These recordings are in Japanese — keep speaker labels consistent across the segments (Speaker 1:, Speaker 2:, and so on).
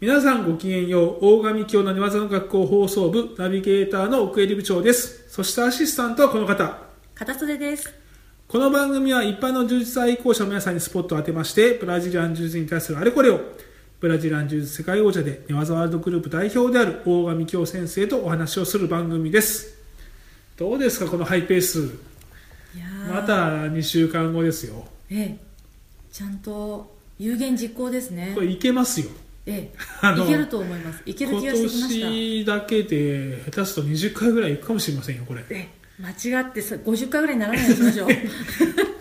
Speaker 1: 皆さんごきげんよう大神教の寝技の学校放送部ナビゲーターの奥襟部長ですそしてアシスタントはこの方
Speaker 2: 片袖です。
Speaker 1: この番組は一般の柔術愛好者の皆さんにスポットを当てましてブラジリアン柔術に対するあれこれをブラジリアン柔術世界王者で寝技ワールドグループ代表である大神教先生とお話をする番組ですどうですかこのハイペース
Speaker 2: いやー
Speaker 1: また2週間後ですよ
Speaker 2: ええ、ちゃんと有言実行ですね
Speaker 1: こ。れいけますよ
Speaker 2: え
Speaker 1: あ
Speaker 2: え、
Speaker 1: の
Speaker 2: いけると思います。いける
Speaker 1: 今
Speaker 2: 気がしてきまし
Speaker 1: 年だけで下手すると20回ぐらいいくかもしれませんよこれ
Speaker 2: た。ええ、間違ってさ50回ぐらいにならないようにしましょう。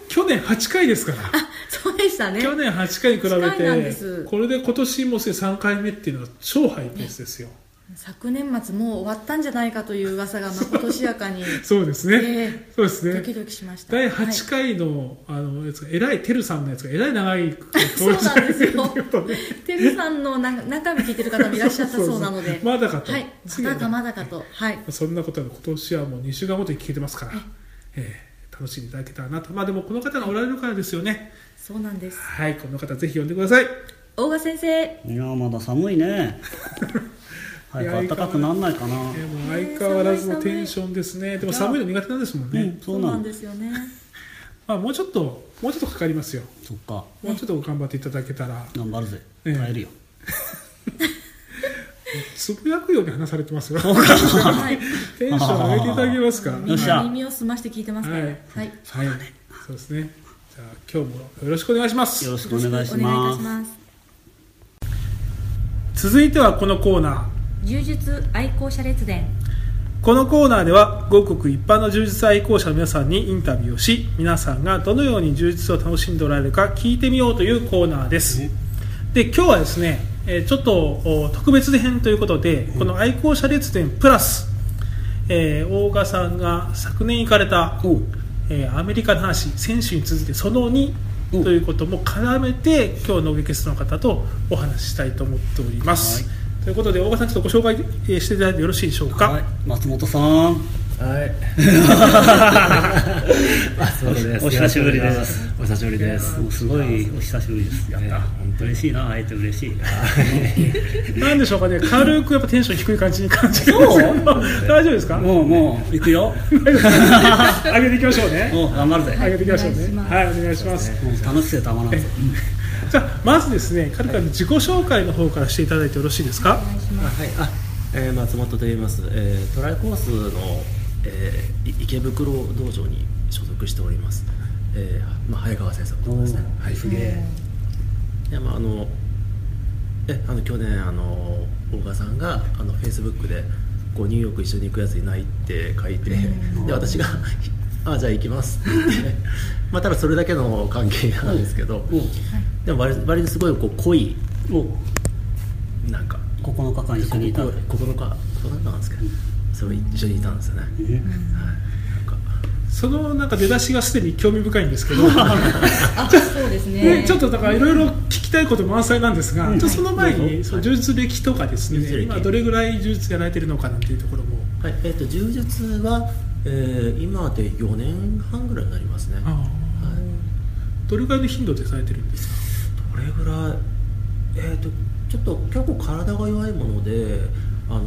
Speaker 1: 去年8回ですから
Speaker 2: そうでしたね。
Speaker 1: 去年8回に比べ
Speaker 2: 近いなんです
Speaker 1: てこれで今年もうすでに3回目っていうのは超ハイペースですよ、
Speaker 2: 昨年末もう終わったんじゃないかという噂がまことしやかに、
Speaker 1: そうですね、
Speaker 2: え
Speaker 1: そうです
Speaker 2: え、ド
Speaker 1: ね
Speaker 2: キドキしました。
Speaker 1: 第
Speaker 2: はい
Speaker 1: 8回の,、あのやつが偉いてるさんのやつが偉い長い
Speaker 2: そうなんですよ
Speaker 1: ということで。
Speaker 2: てるさんのな中身聞いてる方もいらっしゃったそうな ので、
Speaker 1: まだかと、
Speaker 2: はい、
Speaker 1: 次
Speaker 2: まだ
Speaker 1: は
Speaker 2: かまだかと、はい。
Speaker 1: そんなことは今年はもう2週間ごとに聞けてますから、ええ楽しんでいただけたらなとまあでもこの方がおられるからですよね
Speaker 2: そうなんです。
Speaker 1: はいこの方ぜひ呼んでください
Speaker 2: 大賀先生、
Speaker 3: いやーまだ寒い ね早く暖かくなんないかな
Speaker 1: えーもう相変わらずのテンションですね、でも寒いの苦手なんですもんね、
Speaker 3: うん
Speaker 2: そ
Speaker 3: そうう
Speaker 2: な
Speaker 3: なんの
Speaker 2: ですよね。
Speaker 1: まあ、もうちょっと、もうちょっとかかりますよ、
Speaker 3: そっか
Speaker 1: もうちょっと頑張っていただけたら、
Speaker 3: 頑張るぜ
Speaker 1: ええ
Speaker 3: 耐えるよ、
Speaker 1: つぶやくように話されてます よ、
Speaker 2: はい。
Speaker 1: テンション上げていただけますか。
Speaker 3: よっしゃ
Speaker 2: 今耳を澄まして聞いてますから、
Speaker 1: は
Speaker 2: はいい、
Speaker 1: はい、そうですね、じゃあ、今日もよろしくお願いします
Speaker 3: よ。ろしくお願いし
Speaker 2: お願いい
Speaker 3: ま
Speaker 2: た
Speaker 3: す
Speaker 2: します。
Speaker 1: 続いてはこのコーナー。
Speaker 2: 柔術愛好者列伝、
Speaker 1: このコーナーではごくごく一般の柔術愛好者の皆さんにインタビューをし皆さんがどのように柔術を楽しんでおられるか聞いてみようというコーナーです、
Speaker 3: ね
Speaker 1: で今日はですねえーちょっとお特別編ということでこの愛好者列伝プラス、えー大賀さんが昨年行かれた、
Speaker 3: おう
Speaker 1: えーアメリカの話選手に続いてその2
Speaker 3: お
Speaker 1: ということも絡めて今日のゲストの方とお話ししたいと思っております、
Speaker 3: は
Speaker 1: ということで大賀さんちょっとご紹介えーしていただいてよろしいでしょうか、
Speaker 3: はい松本さん
Speaker 4: はい。そうです。
Speaker 3: お久しぶりです
Speaker 4: お久しぶりです。
Speaker 3: もうすごいお久しぶりですやっ
Speaker 4: ね
Speaker 3: た
Speaker 4: 本当に
Speaker 3: 嬉しいな会えて嬉しい
Speaker 1: なんでしょうかね、軽くやっぱテンション低い感じに感じるんですけど、 大丈夫ですか、
Speaker 3: もうもう行く よ
Speaker 1: 上げていきましょうね、
Speaker 3: もう頑張るぜ、
Speaker 1: 上げていきましょう
Speaker 2: お願いし
Speaker 1: ね、
Speaker 2: ます
Speaker 1: はい、お願いします。
Speaker 3: もう楽しくてたまらんぞ
Speaker 1: じゃあ、まずですね、軽くあの自己紹介の方からしていただいてよろしいですか、
Speaker 4: はい。あ、えー、松本と言います。えー、トライコースの、えー、い池袋道場に所属しております。えー、まあ早川先生のところですね。はい。
Speaker 3: すげえ
Speaker 4: いやまああのえあの去年あの大川さんがあのフェイスブックでこうニューヨーク一緒に行くやついないって書いて、で私が「あじゃあ行きます」って言 ってまあただそれだけの関係なんですけど、
Speaker 3: もう
Speaker 4: でも割割にすごいこう濃い
Speaker 3: もう
Speaker 4: なんか
Speaker 3: 9日間一緒にいた
Speaker 4: ここ9日9日なんですけど、それ一緒にいたんですよね、はい
Speaker 3: え
Speaker 4: なんか
Speaker 1: そのなんか出だしがすでに興味深いんですけど、
Speaker 2: あ、そうですね。
Speaker 1: ねちょっとだからいろいろ聞きたいこと満載なんですが、
Speaker 3: うん
Speaker 1: ちょっとその前
Speaker 4: どう
Speaker 1: に、
Speaker 4: ぞ
Speaker 1: その柔術歴とかですね、
Speaker 4: 柔術歴
Speaker 1: 今、どれぐらい柔術やられてるのかなんていうところも、
Speaker 4: はいえっ、と柔術は、えー今で4年半ぐらいになりますね、
Speaker 1: あ
Speaker 4: はい
Speaker 1: ーどれぐらいの頻度でされてるんですか、
Speaker 4: どれぐらいえー、とちょっと結構体が弱いものであの、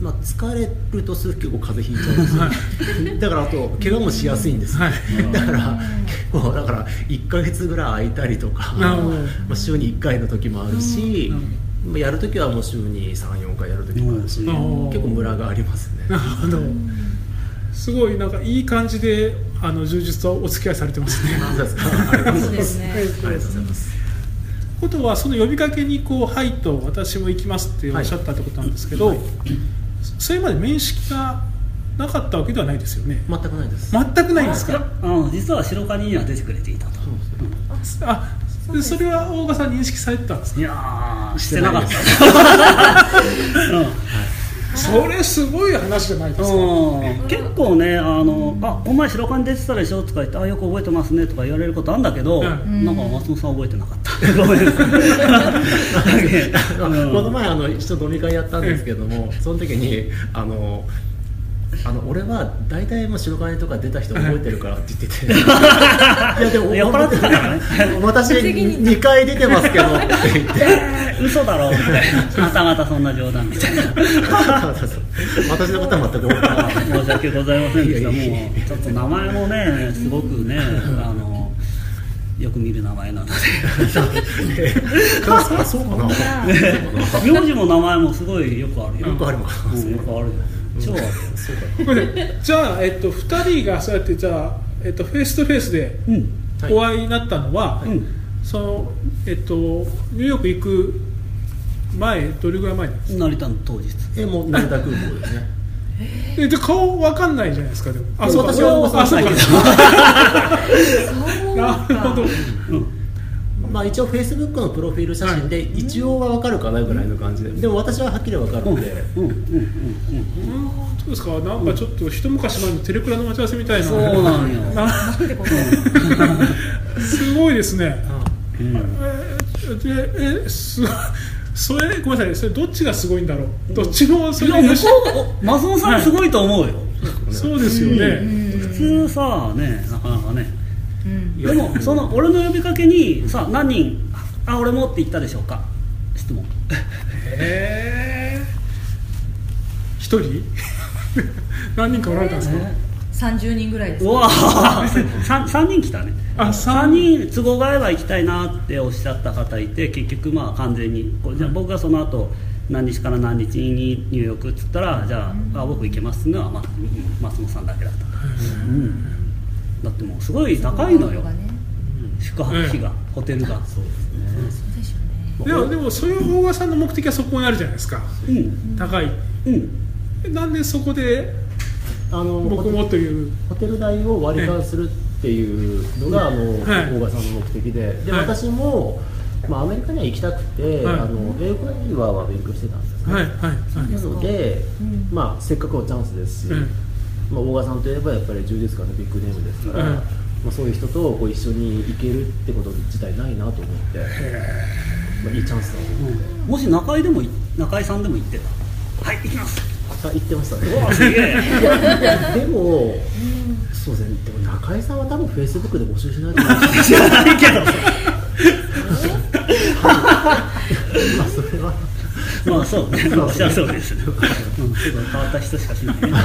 Speaker 4: まあ、疲れるとすぐ結構風邪ひいちゃうんですよ、 だからあと怪我もしやすいんですよ、
Speaker 1: はい
Speaker 4: だから結構だから1ヶ月ぐらい空いたりとか、
Speaker 1: なるほど
Speaker 4: まあ、週に1回の時もあるし
Speaker 1: うんなる、
Speaker 4: まあ、やる時はもう週に34回やる時もあるし、
Speaker 3: うん
Speaker 4: 結構ムラがありますね
Speaker 1: な るほど。すごいなんかいい感じであの充実とお付き合いされてますね。
Speaker 4: なんですか ありがとうご
Speaker 2: そう
Speaker 4: ざい
Speaker 2: で
Speaker 4: ますす
Speaker 2: ね。
Speaker 4: ありがとうございます
Speaker 1: ことはその呼びかけにこうはいと私も行きますっておっしゃったってことなんですけど、それまで面識がなかったわけではないですよね。
Speaker 4: 全くないです、
Speaker 1: 全くないんですか。
Speaker 3: あの実は白金には出てくれていたと
Speaker 1: あ、そそれは大賀さん認識されてたんですか。
Speaker 3: いやーしてなかったうん
Speaker 1: それすごい話じゃないですか。
Speaker 3: うん結構ね「あのあこの前白金出てたでしょ」とか言って「あよく覚えてますね」とか言われることあるんだけど、
Speaker 1: うん
Speaker 3: なんか松本さん覚えてなかったごめんなさい
Speaker 4: あの
Speaker 3: うん
Speaker 4: この前あの一度飲み会やったんですけども、その時にあのあの俺は大体もう白金とか出た人覚えてるからって言って ていやで
Speaker 3: 酔っ払ってたからね
Speaker 4: 私2回出てますけどって言って
Speaker 3: 嘘だろみたいなまたまたそんな冗談みたいな
Speaker 4: 私のことは全く覚えてない
Speaker 3: 申し訳ございませんでした
Speaker 4: いやいやいや
Speaker 3: もうちょっと名前もねすごくねあのよく見る名前なので
Speaker 4: あそうかな
Speaker 3: 名字も名前もすごいよくあるよ
Speaker 4: よくあるのかな
Speaker 3: うんよくあるよ超あるよ
Speaker 4: そうか
Speaker 1: ごめんなさいじゃあ、えっと、2人がそうやってじゃあ、えっと、フェイスとフェイスで
Speaker 3: うん
Speaker 4: はい
Speaker 1: お会いになったのは、
Speaker 3: うん
Speaker 1: そのえっと、ニューヨーク行く前どれぐらい前に
Speaker 3: 成田の当日
Speaker 4: えもう成田空港ですね
Speaker 1: えで顔わかんないじゃないですかでも
Speaker 4: あそう
Speaker 1: か
Speaker 4: 私はお子さ
Speaker 1: あ
Speaker 4: ん
Speaker 1: そ
Speaker 4: な
Speaker 1: う
Speaker 4: い
Speaker 1: か
Speaker 4: けど
Speaker 2: そう
Speaker 1: なるほど
Speaker 3: うん
Speaker 4: まあ一応フェイスブックのプロフィール写真で一応は分かるかなぐらいの感じででも私ははっきり分かる
Speaker 3: うんん
Speaker 4: で
Speaker 3: うんうんうん
Speaker 1: うんそうですかなんかちょっと一昔前のテレクラの待ち合わせみたいな
Speaker 3: そうなんよ
Speaker 1: な
Speaker 2: なんてこと
Speaker 1: すごいですね
Speaker 3: うんうん
Speaker 1: えーでえすそれごめんなさいそれどっちがすごいんだろうどっちもそ
Speaker 3: い
Speaker 1: れ
Speaker 3: や
Speaker 1: で
Speaker 3: 向こうがお松本さんすごいと思うよ、
Speaker 1: そうですよね、
Speaker 3: 普通さねなかなかね
Speaker 2: うん
Speaker 4: い
Speaker 3: で
Speaker 4: や
Speaker 3: もその俺の呼びかけにさ何人あ俺もって言ったでしょうか質問
Speaker 1: へえ一人何人かおられたんですか、
Speaker 2: 30人ぐらいです
Speaker 3: うわあ 3, 三人来たね
Speaker 1: あ
Speaker 3: 3
Speaker 1: 三
Speaker 3: 人都合が合えば行きたいなっておっしゃった方いて結局まあ完全にこうじゃあ僕がその後何日から何日に入浴っつったらじゃああ僕行けますのは、まあ、松本さんだけだった、うん、だってもうすごい高いのよ、
Speaker 2: がね
Speaker 3: 宿泊費が、ホテルが
Speaker 2: そうでしょう
Speaker 1: でもでもそういう大賀さんの目的はそこにあるじゃないですか
Speaker 3: うん
Speaker 1: 高い
Speaker 3: うん
Speaker 1: えなんでそこで
Speaker 4: あの
Speaker 1: 僕もという
Speaker 4: ホテル代を割り勘するっていうのが、あの
Speaker 1: はい
Speaker 4: 大賀さんの目的でで、
Speaker 1: はい
Speaker 4: 私も、まあ、アメリカには行きたくて、
Speaker 1: はい
Speaker 4: あの英語はは勉強してたんですね、
Speaker 1: はいはいはい
Speaker 4: なので、
Speaker 2: うん
Speaker 4: まあ、せっかくのチャンスですし、
Speaker 1: うん
Speaker 4: まあ、大賀さんといえばやっぱり充実感のビッグネームですから、
Speaker 1: うん
Speaker 4: まあ、そういう人とこう一緒に行けるってこと自体ないなと思って、まあ、いいチャンスだと思って
Speaker 3: うんもし中井でもい中井さんでも行ってたはい行きます
Speaker 4: あ行ってました
Speaker 3: う
Speaker 4: ね
Speaker 3: わすげえ
Speaker 4: でも、そうですねでも中井さんは多分フェイスブックで募集しないと思う
Speaker 3: 知らないけど
Speaker 4: まあそれは
Speaker 3: まあそうね
Speaker 4: そう
Speaker 3: 私はそうですね、うん、すごい変わった人しかしないね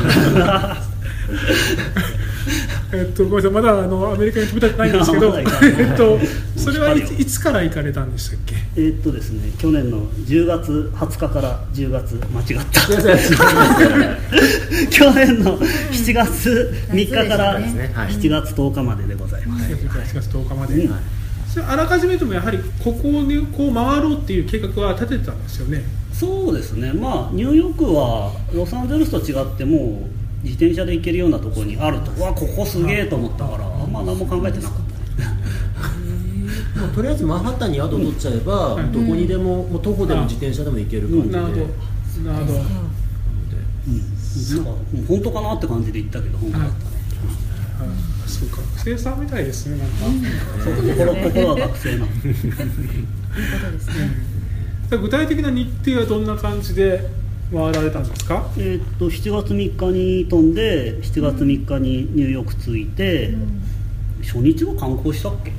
Speaker 1: えっとごめんなさいまだあのアメリカに飛びたくないんですけど
Speaker 3: まだ
Speaker 1: え
Speaker 3: 行かない
Speaker 1: っとそれはいついつから行かれたんでしたっけ
Speaker 3: えーっとですね去年の10月20日から10月間違った
Speaker 4: い やいや違いますよ
Speaker 3: 去年の7月3日から
Speaker 2: 夏です
Speaker 4: ねはい
Speaker 3: 7月10日まででございます、
Speaker 1: 8月10日まで、
Speaker 3: うん
Speaker 1: それあらかじめともやはりここにこう回ろうっていう計画は立ててたんですよね
Speaker 3: そうですねまあニューヨークはロサンゼルスと違ってもう自転車で行けるようなところにあるとうわここすげえと思ったからあんま何も考えてなかったね
Speaker 4: もうとりあえずマンハッタンに宿取っちゃえば、
Speaker 1: うん
Speaker 4: どこにでももう徒歩でも自転車でも行ける感じで、
Speaker 1: なるほどなるほど
Speaker 3: うん、なんかうん本当かなって感じで行ったけど本当だったね、
Speaker 1: あそうか学生さんみたいですねなんか、
Speaker 3: そう心心は学生なの
Speaker 2: ねいうことですね
Speaker 1: 具体的な日程はどんな感じで回られたんですか
Speaker 3: えーっと7月3日に飛んで7月3日にニューヨーク着いて、初日は観光したっけ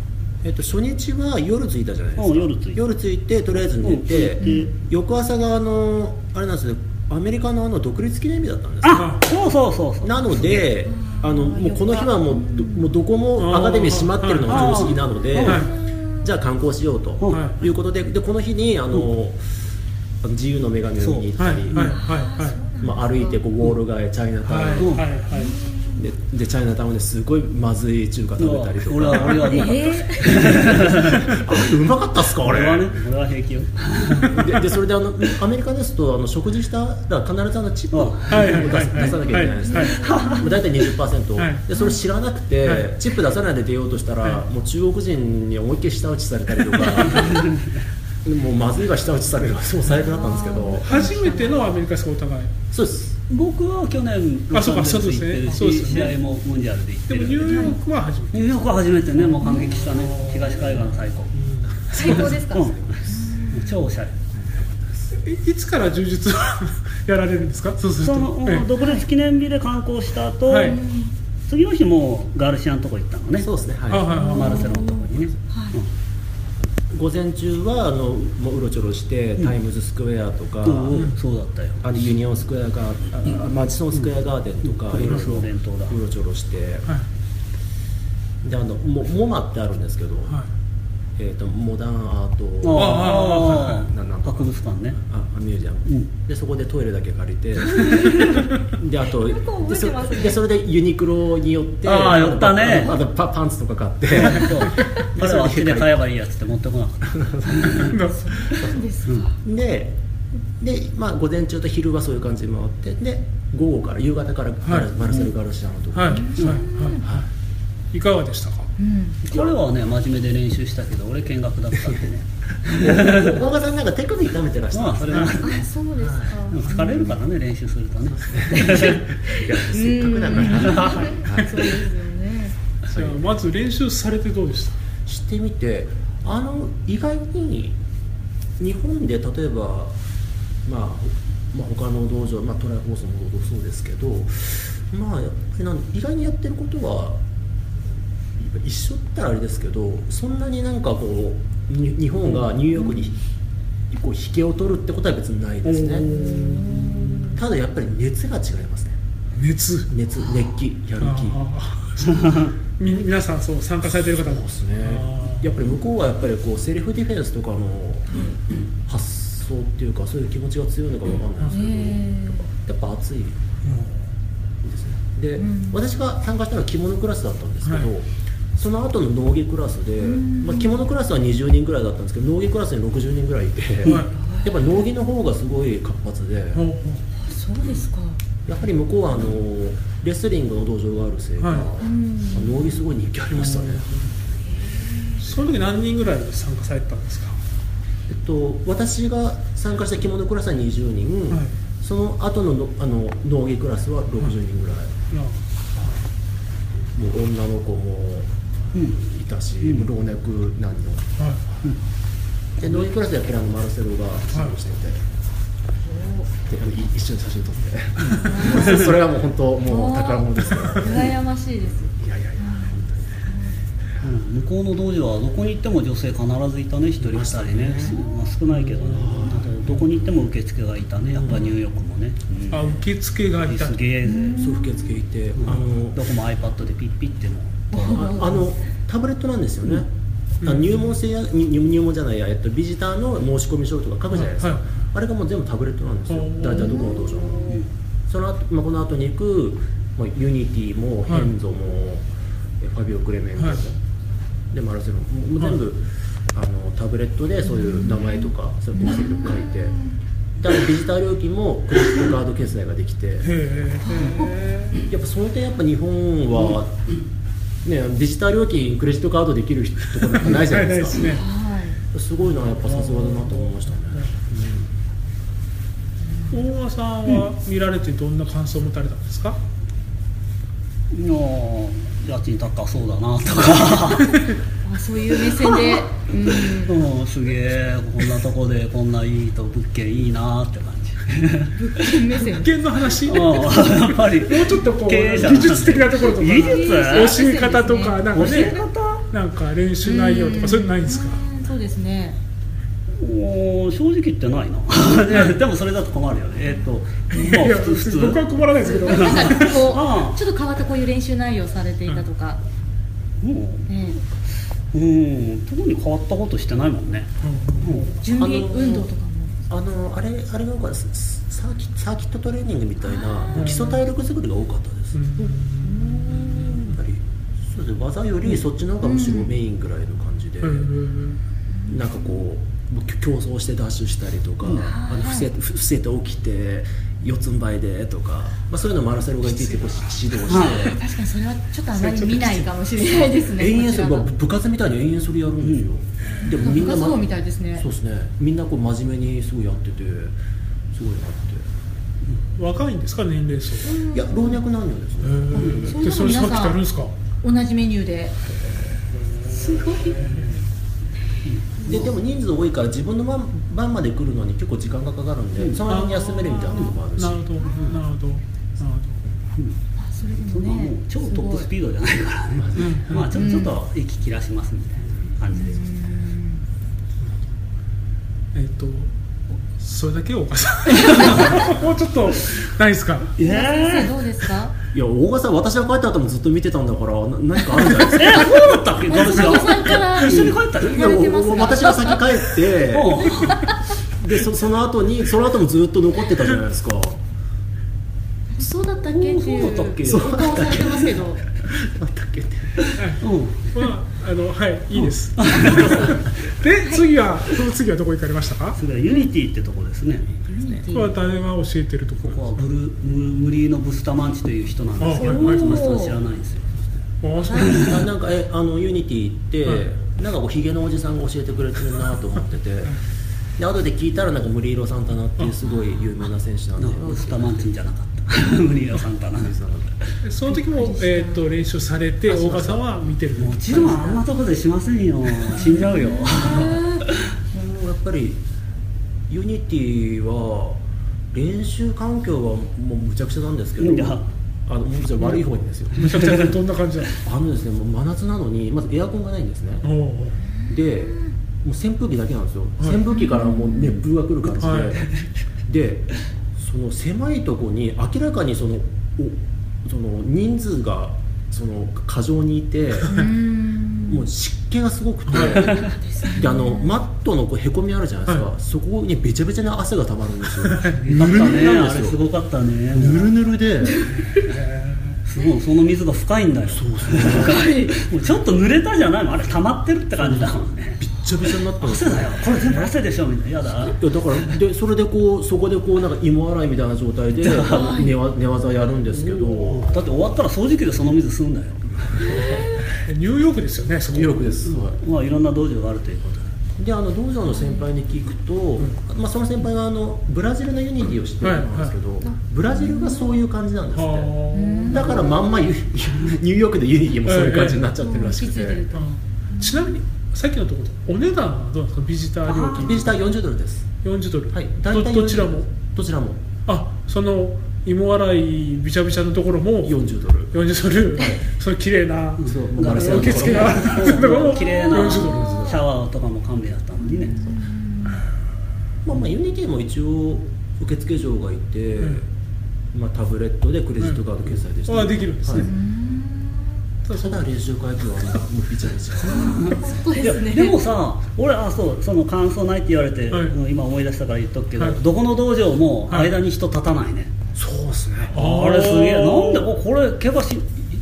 Speaker 4: えっと、初日は夜着いたじゃないです
Speaker 3: う
Speaker 4: か
Speaker 3: ん夜着いた
Speaker 4: 夜着いてとりあえず
Speaker 3: う
Speaker 4: 寝て、
Speaker 3: ん着いて
Speaker 4: 翌朝があのあれなんですねアメリカのあの独立記念日だったんです
Speaker 3: あそうそうそうそう
Speaker 4: なのであのもうこの日はもうどもうどこもアカデミー閉まってるのが常識なので、
Speaker 3: うん
Speaker 1: はい
Speaker 4: じゃあ観光しようと、、
Speaker 1: はい
Speaker 4: うことででこの日にあの、あの自由の女神を見に行った
Speaker 1: はい
Speaker 4: り、
Speaker 1: はいはい
Speaker 4: まあ、歩いてこうウォール街チャイナ
Speaker 1: はい
Speaker 4: タウン、
Speaker 1: はいはいはい
Speaker 4: ででチャイナタウンですごいまずい中華
Speaker 3: う
Speaker 4: 食べ
Speaker 3: わ
Speaker 4: たりとか
Speaker 3: 俺は俺はもう
Speaker 2: え
Speaker 4: あうまかったっすかあ
Speaker 3: 俺
Speaker 4: れ
Speaker 3: はね俺は平気よ
Speaker 4: ででそれであのアメリカですとあの食事したら必ずあのチップを
Speaker 3: あ
Speaker 1: はいはい
Speaker 4: 出す出さなきゃいけないんですね
Speaker 1: はい
Speaker 4: もう大体20%、
Speaker 1: はい
Speaker 4: でそれ知らなくて、
Speaker 1: はい
Speaker 4: チップ出さないで出ようとしたら、
Speaker 1: は
Speaker 4: もう中国人に思いっきり舌打ちされたりとか でもうまずいが舌打ちされるのがそう最悪だったんですけど
Speaker 1: 初めてのアメリカそうお互い
Speaker 4: そうです
Speaker 3: 僕は去年
Speaker 1: あそうか
Speaker 3: ロサンゼルス行ってる
Speaker 1: そうですねそうです
Speaker 3: し試
Speaker 1: よね
Speaker 3: 合もモンジャルで行っ
Speaker 1: で
Speaker 3: てる
Speaker 1: も
Speaker 3: ん
Speaker 1: ニューヨ
Speaker 3: ね
Speaker 1: ークは初めて
Speaker 3: ニューヨークは初めてねもう感激したね東海岸最高
Speaker 2: 最高ですか
Speaker 3: うん超おしゃれ
Speaker 1: えいつから充実はやられるんですかそうすると
Speaker 3: その
Speaker 1: ええ
Speaker 3: 独立記念日で観光した後、
Speaker 1: はい
Speaker 3: 次の日もうガルシアのとこ行ったのね
Speaker 4: そうですねはい
Speaker 1: あはいはい
Speaker 3: マルセロのとこにね、
Speaker 4: 午前中はあのもううろちょろして、タイムズスクエアとか、
Speaker 3: うんうんそうだったよ
Speaker 4: あのユニオンスクエアガーああマジソンスクエアガーデンとか、
Speaker 3: うん
Speaker 4: いろい
Speaker 3: そう
Speaker 4: ろ
Speaker 3: お弁当だ
Speaker 4: うろちょろして、
Speaker 1: はい
Speaker 4: であのモモマってあるんですけど、
Speaker 1: はい
Speaker 4: えー、とモダンアー
Speaker 3: あ
Speaker 4: ト
Speaker 3: ああ
Speaker 4: なな
Speaker 3: あ
Speaker 4: んか
Speaker 3: 博物館ね
Speaker 4: ああミュージアム、
Speaker 3: うん
Speaker 4: でそこでトイレだけ借り てであと
Speaker 5: よく覚えて
Speaker 4: でそ
Speaker 5: ますね
Speaker 4: でそれでユニクロによって
Speaker 3: あー寄ったね
Speaker 4: あとパパンツとか買って
Speaker 3: そう彼はあっちで買えばいいやつって持ってこなかった
Speaker 4: でで、まあ、午前中と昼はそういう感じで回ってで午後から夕方からマル,、マルセル・ガルシアのところ、
Speaker 1: はいはいはいいかがでしたか
Speaker 3: 彼はね真面目で練習したけど俺見学だったんで ね
Speaker 4: 大賀さんなんか手首痛めてらした
Speaker 3: まあそれは
Speaker 5: あそうですか
Speaker 3: でも疲れるからね練習するとね
Speaker 4: いやせっかくだから、はい
Speaker 5: そうですよね
Speaker 1: じゃあまず練習されてどうでした
Speaker 4: してみてあの意外に日本で例えば、まあ、まあ他の道場、まあ、トライフォースの道場そうですけど、まあ、やっぱりなん意外にやってることは一緒ったらあれですけどそんなになんかこうに日本がニューヨークに、こう引けを取るってことは別にないですねただやっぱり熱が違いますね
Speaker 1: 熱
Speaker 4: 熱熱気やる気
Speaker 1: あーみ皆さんそう参加されてる方も
Speaker 4: そうですね
Speaker 1: あー
Speaker 4: やっぱり向こうはやっぱりこうセルフディフェンスとかの発想っていうかそういう気持ちが強いのかわかんないですけどやっぱやっぱ熱いですねで、私が参加したのは着物クラスだったんですけど、
Speaker 1: はい
Speaker 4: その後の農技クラスで、まあ、着物クラスは20人ぐらいだったんですけど農技クラスに60人ぐらいいて、
Speaker 1: は
Speaker 4: やっぱ農技の方がすごい活発で、
Speaker 1: ほうほう
Speaker 5: そうですか
Speaker 4: やっぱり向こうはあのレスリングの道場があるせいか、
Speaker 1: はい
Speaker 4: 農技すごい人気ありましたね、
Speaker 1: その時何人ぐらいで参加されてたんですか
Speaker 4: えっと、私が参加した着物クラスは20人、
Speaker 1: はい
Speaker 4: その後ののあの農芸クラスは60人ぐらい、
Speaker 1: いや
Speaker 4: もう女の子もいたし、老若男女
Speaker 1: はい
Speaker 4: で農芸クラスではペラのマルセロが指導していて、であのい一緒に写真撮って、 それはもう本当もう宝物ですから
Speaker 5: 羨ましいです
Speaker 4: いやいやいや
Speaker 3: うん向こうの道場はどこに行っても女性必ずいたね一人二人ねまあ、少ないけどねあとどこに行っても受付がいたねやっぱニューヨークもね、うん
Speaker 1: あ受付がいた
Speaker 3: すげえぜ、
Speaker 4: そう受付いて、
Speaker 3: あ
Speaker 4: あ
Speaker 3: の
Speaker 4: の
Speaker 3: どこも iPad でピッピっても
Speaker 4: ああのタブレットなんですよね、あ入門制やに入入門じゃないや、えっと、ビジターの申し込み書とか書くじゃないですか、
Speaker 1: はいはい
Speaker 4: あれがもう全部タブレットなんですよ
Speaker 1: うん
Speaker 4: 大体どこの道場
Speaker 3: ん
Speaker 4: も、その後、まあ、この後に行く、まあ、ユニティも
Speaker 1: はい
Speaker 4: ヘンゾも、えファビオ・クレメントも、
Speaker 1: はい
Speaker 4: でマルセロももう全部、あのタブレットでそういう名前とかそういう功績とか書いてであのビジター料金もクレジットカード決済ができて
Speaker 1: へえ
Speaker 4: やっぱその点やっぱ日本は、ね、デジタル料金クレジットカードできる人とかなんかないじゃない
Speaker 1: ない
Speaker 4: で
Speaker 1: ですすね
Speaker 4: か
Speaker 5: はい
Speaker 4: すごいなやっぱさすがだなと思いましたね
Speaker 1: 大和さんは見られてどんな感想を持たれたんですか、
Speaker 3: いやー家賃高そうだなとか、
Speaker 5: あそういう目線でうん
Speaker 3: うん、すげえこんなとこでこんないいと物件いいなって感じ
Speaker 5: 目線
Speaker 1: 保険の話
Speaker 3: うんやっぱり
Speaker 1: もうちょっとこう
Speaker 3: 経営者
Speaker 1: 技術的なところとか
Speaker 3: 技術
Speaker 1: 教え方とかなんか
Speaker 3: 教え
Speaker 1: ね
Speaker 3: 方
Speaker 1: なんか練習内容とかそういうのないんですか
Speaker 5: うんそうですね
Speaker 3: おー正直言ってないな ねでもそれだと困るよねえっとまあ
Speaker 1: いや
Speaker 3: 普通普通
Speaker 1: 僕は困らないですけど
Speaker 5: なんか
Speaker 3: あ
Speaker 5: こ
Speaker 3: あ
Speaker 5: うちょっと変わったこういう練習内容されていたとか、
Speaker 3: うん
Speaker 5: ね、
Speaker 3: うん特に変わったことしてないもんね、うん
Speaker 5: 準備
Speaker 4: あの
Speaker 5: 運動とかも
Speaker 4: あのあれあれが多かったですサーキサーキットトレーニングみたいな基礎体力作りが多かったです、
Speaker 1: う
Speaker 4: や
Speaker 1: ん
Speaker 4: っぱりそうですね技よりそっちの方がむしろメインぐらいの感じで、
Speaker 1: うん
Speaker 4: なんかこうき競争してダッシュしたりとか、あの伏せ伏せて起きて四つん這いでとか、まあ、そういうのマラセロがいていてこう指導して。
Speaker 5: 確かにそれはちょっとあまり見ないかもしれないですね
Speaker 4: 延々それ
Speaker 5: こちら
Speaker 4: まあ
Speaker 5: は
Speaker 4: 部活みたいに延々それやるんですよ、でもみんな、
Speaker 5: 部活動みたいですね
Speaker 4: そうですねみんなこう真面目にすごいやっててすごいなっ
Speaker 1: 若いんですか年齢層
Speaker 4: て、いや老若男女ですね、
Speaker 5: そ
Speaker 1: へ
Speaker 5: んなの皆さん
Speaker 1: でその人たちってあるんですか
Speaker 5: 同じメニューですごい
Speaker 4: ででも人数多いから自分の番晩まで来るのに結構時間がかかるんで、その辺に休めるみたいなとこもあるし
Speaker 1: なるほどなるほどなる
Speaker 5: あそれで
Speaker 3: そ
Speaker 5: も
Speaker 3: んなもう
Speaker 5: ね
Speaker 3: 超トップスピードじゃないからね、
Speaker 1: ほどうん
Speaker 3: まあちょちょっと息切らしますみたいな感じで、
Speaker 1: えっとそれだけお母さ んもうちょっとないですか
Speaker 5: すごい先生どうですか
Speaker 4: いや大賀さん私が帰った後もずっと見てたんだからな 何かあるんじゃないですか
Speaker 3: えそうだったっけ
Speaker 5: 松本さんから
Speaker 3: 一緒に帰ったよ
Speaker 4: い
Speaker 5: 言われて
Speaker 4: や
Speaker 5: ますが
Speaker 4: おお私が先帰って
Speaker 3: もう
Speaker 4: でそその後にその後もずっと残ってたじゃないですか
Speaker 5: そうだったっけっていう
Speaker 3: そうだったっけ
Speaker 5: お顔されてますけど
Speaker 4: あったっけって
Speaker 3: うん
Speaker 1: まああのはいいいです で次はその次はどこ行かれましたか
Speaker 3: それはユニティってとこですね
Speaker 1: これは誰が教えてるとこ
Speaker 3: ここは
Speaker 1: ろ
Speaker 3: ブルムムリーノ・ブスタマンチという人なんですけど
Speaker 1: あはいはい
Speaker 3: 松本さん知らないんですよ
Speaker 1: あそうなんです
Speaker 4: あなんかえあのユニティって、
Speaker 1: は
Speaker 4: なんかこうヒゲのおじさんが教えてくれてるなと思っててで後で聞いたらなんかムリーロ・サンタナっていうすごい有名な選手なんで
Speaker 3: なんかブスタマンチじゃなかったムリーノさんかな
Speaker 1: ねその時も、えっと練習されて
Speaker 4: あそう
Speaker 1: 大
Speaker 4: そう
Speaker 1: 川さんは見てる
Speaker 3: もちろんあんなとこでしませんよ死んじゃうよ
Speaker 4: もうやっぱりユニティは練習環境はもうむちゃくちゃなんですけど
Speaker 3: いや
Speaker 4: あのむちゃくちゃ悪い方にですよ
Speaker 1: めちゃくちゃどんな感 じな
Speaker 4: あのですねもう真夏なのにまずエアコンがないんですね
Speaker 1: のおう
Speaker 4: でもう扇風機だけなんですよ、
Speaker 1: はい
Speaker 4: 扇風機からもう熱風が来る感じで、
Speaker 1: はい
Speaker 4: でその狭いとこに明らかにそのおその人数がその過剰にいてもう湿気がすごくて、であのマットのこうへこみあるじゃないですか、
Speaker 1: はい
Speaker 4: そこにべちゃべちゃな汗がたまるんですよ
Speaker 3: よかったね
Speaker 4: なん
Speaker 3: あ
Speaker 4: です
Speaker 3: れ
Speaker 4: よ
Speaker 3: すごかったね
Speaker 4: ぬるぬるで
Speaker 3: すごいその水が深いんだよ深いもうちょっと濡れたじゃないもんあれ溜まってるって感じだもんね
Speaker 4: びっちゃびちゃになったんです
Speaker 3: 汗
Speaker 4: よ
Speaker 3: だよこれ全部汗でしょみたいなやだ
Speaker 4: いやだからでそれでこうそこでこうなんか芋洗いみたいな状態であの寝わ寝技やるんですけど
Speaker 3: だって終わったら掃除機でその水吸うんだよ
Speaker 1: ニューヨークですよねそこ
Speaker 4: ニューヨークです、はい
Speaker 3: まあいろんな道場があるということで
Speaker 4: であの道場の先輩に聞くと、まあ、その先輩はあのブラジルのユニティを知ってるんですけど、ブラジルがそういう感じなんですって、
Speaker 1: は
Speaker 4: だからまんまユニューヨークでユニティもそういう感じになっちゃってるらしくて、
Speaker 5: うん引き継いでる
Speaker 1: あうんちなみにさっきのところお値段はどうなんですかビジター料金
Speaker 4: ビジター40ドルです、
Speaker 1: 40ドル、
Speaker 4: はい、
Speaker 1: ど
Speaker 4: 40
Speaker 1: どちらも
Speaker 4: どちらも
Speaker 1: あその芋洗いびちゃびちゃのところも
Speaker 4: 40ドル
Speaker 1: 40ドル、 その綺麗な
Speaker 4: そうもう
Speaker 3: ガ
Speaker 4: ガラ
Speaker 3: ラ
Speaker 4: ス
Speaker 3: スの
Speaker 4: のとこ
Speaker 1: 受
Speaker 4: ろ
Speaker 1: 付が
Speaker 3: 綺麗なシ
Speaker 1: 40ドル
Speaker 3: ャワーとかも完備だったのにね
Speaker 4: まあ、まあユニティも一応受付嬢がいて、
Speaker 1: うん
Speaker 4: まあ、タブレットでクレジットカード決済でした、
Speaker 1: うんあできるんですね
Speaker 4: はい
Speaker 1: ただそ
Speaker 4: た
Speaker 1: の
Speaker 4: だ練習会場はなんかもうびちゃびちゃ
Speaker 5: そう
Speaker 3: い
Speaker 5: で
Speaker 3: や
Speaker 5: すね
Speaker 3: でもさ俺あそうその感想ないって言われて、
Speaker 1: はい
Speaker 3: うん今思い出したから言っとくけど、
Speaker 1: はい
Speaker 3: どこの道場も間に人立たないね、
Speaker 4: そうですね
Speaker 1: あー
Speaker 3: あれすげえなんでおこれ怪我し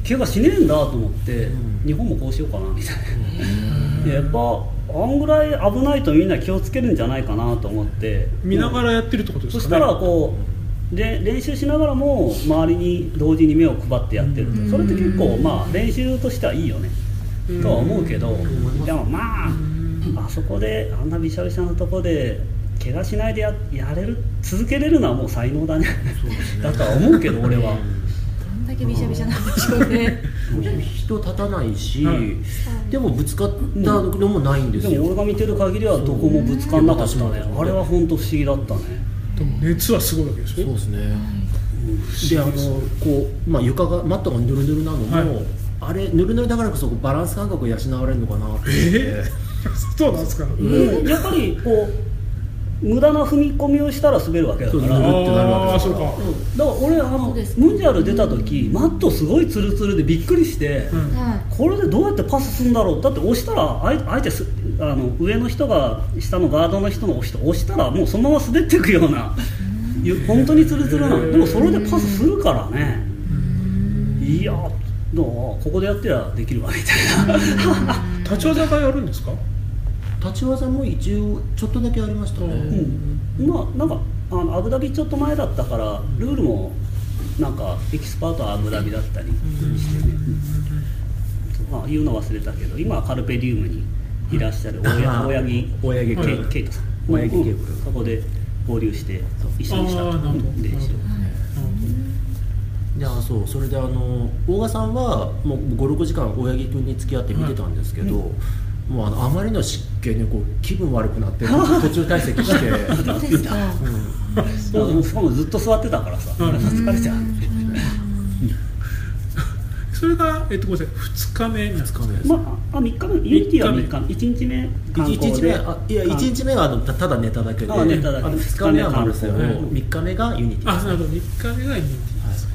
Speaker 3: 怪我しねえんだと思って、日本もこうしようかなみたいな、やっぱあんぐらい危ないとみんな気をつけるんじゃないかなと思って
Speaker 1: 見なが
Speaker 3: ら
Speaker 1: らやってるってことです
Speaker 3: そ
Speaker 1: か、ね、
Speaker 3: したらこうれ練習しながらも周りに同時に目を配ってやってると、それって結構まあ練習としてはいいよね、とは思うけど、でもまあ、あそこであんなびしゃびしゃなとこで怪我しないでややれる続けれるのはもう才能だねだとは思うけど俺は。
Speaker 5: どんだけびしゃびしゃなんでしょうね
Speaker 4: 人立たないし、
Speaker 1: はい
Speaker 4: でもぶつかったのもないんです
Speaker 3: で
Speaker 4: よ、
Speaker 3: も俺が見てる限りはどこもぶつかんなかったねあれは本当不思議だったね
Speaker 1: でも熱はすごいわけでし
Speaker 4: そう
Speaker 1: ょ
Speaker 4: ですね、であのこう、まあ、床がマットがぬるぬるなのも、
Speaker 1: はい
Speaker 4: あれぬるぬるだからこそバランス感覚を養われるのかなって、
Speaker 1: えー、 そうなんですか
Speaker 3: うんやっぱりこう無駄な踏み込みをしたら滑るわけだか
Speaker 4: そう
Speaker 3: ら、
Speaker 4: な
Speaker 3: うん
Speaker 4: るってなるわけ
Speaker 1: ああ
Speaker 4: で
Speaker 1: ー
Speaker 4: す
Speaker 1: そう
Speaker 4: から
Speaker 1: か、
Speaker 3: だから俺あの
Speaker 5: そうです
Speaker 3: ムンジャル出た時マットすごいツルツルでびっくりして、
Speaker 1: うん
Speaker 5: は
Speaker 3: これでどうやってパスするんだろうだって押したらあえあえてすあの上の人が下のガードの人の押し押したらもうそのまま滑っていくようなゆ本当にツルツルなのでもそれでパスするからねいやどうここでやってりゃできるわみたいな、
Speaker 1: 立ち技がやるんですか
Speaker 4: 立ち技も一応ちょっとだけありましたね、
Speaker 1: うん
Speaker 3: うん、まあなんかあのアブダビちょっと前だったからルールもなんかエキスパートはアブダビだったりしてね、まあ、言うの忘れたけど今はカルペディウムにいらっしゃる大
Speaker 4: あー
Speaker 3: 八木
Speaker 4: 大八木
Speaker 3: ケイケイトさん
Speaker 4: 大八木ケイト
Speaker 3: うんそこで合流して一緒にした
Speaker 1: あーなるほど
Speaker 3: うん練習
Speaker 4: であそうそれであの大賀さんはもう56時間大八木君に付き合って見てたんですけど、もうあのあまりの湿気にこう気分悪くなって途中退席して、
Speaker 5: どうですか。
Speaker 3: そうしかもずっと座ってたからさ、
Speaker 1: うん
Speaker 3: 疲れちゃう。
Speaker 1: それが、えっと、ごめんなさい2日目なんですか
Speaker 4: うん、ね
Speaker 3: まあ、あ3日目、ユニティは3日目、1日目、観
Speaker 4: 1
Speaker 3: 光
Speaker 4: 日目
Speaker 3: で
Speaker 4: あいや1日目はあのたただ寝ただけで
Speaker 3: あ寝ただけ
Speaker 4: あの2日目はマルセ
Speaker 3: 二日目観光
Speaker 4: 3日目がユニティ
Speaker 1: あなるほど3日目がユニティです、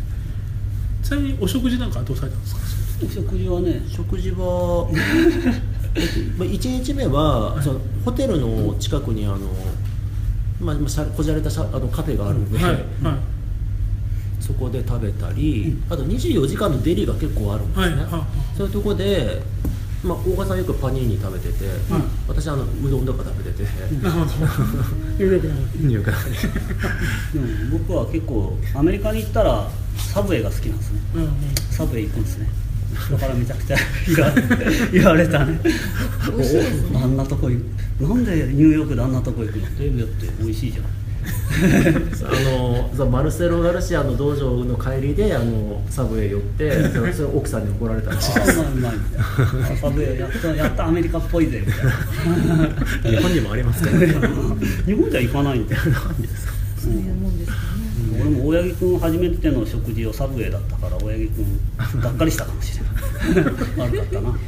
Speaker 1: ちなみにお食事なんかはどうされたんですか
Speaker 3: お食事はね、
Speaker 4: 食事 は1日目は、そのホテルの近くにあの、まあ、まあしゃこじゃれたしゃあのカフェがあるので、
Speaker 1: はいは
Speaker 4: そこで食べたり、あと24時間のデリが結構あるんですね、
Speaker 1: はいはい
Speaker 4: そういうところで、まあ、大川さんよくパニーニ食べてて、
Speaker 1: はい
Speaker 4: 私あのうどんとか食べてて、
Speaker 1: いなるほ どよくなる
Speaker 4: 入
Speaker 3: で
Speaker 4: 会
Speaker 3: も僕は結構、アメリカに行ったら、サブウェイが好きなんですね、
Speaker 1: うんうん
Speaker 3: サブウェイ行くんですね、だからめちゃくちゃ 言わ言われたね、
Speaker 5: 美味しいです
Speaker 3: あんなとこ行く、なんでニューヨークであんなとこ行くのって、だって美味しいじゃん。
Speaker 4: あのザマルセロ・ガルシアの道場の帰りであのサブウェイ寄ってそのそれ奥さんに怒られたらしい
Speaker 3: あうまいうまいみたいな、サブウェイやった、やったアメリカっぽいぜみたいな。
Speaker 4: 日本にもありますからね
Speaker 3: 日本では行かないんだよ
Speaker 5: そういうもんですかね。
Speaker 3: 俺も大八木君初めての食事をサブウェイだったから大八木君がっかりしたかもしれない悪かったな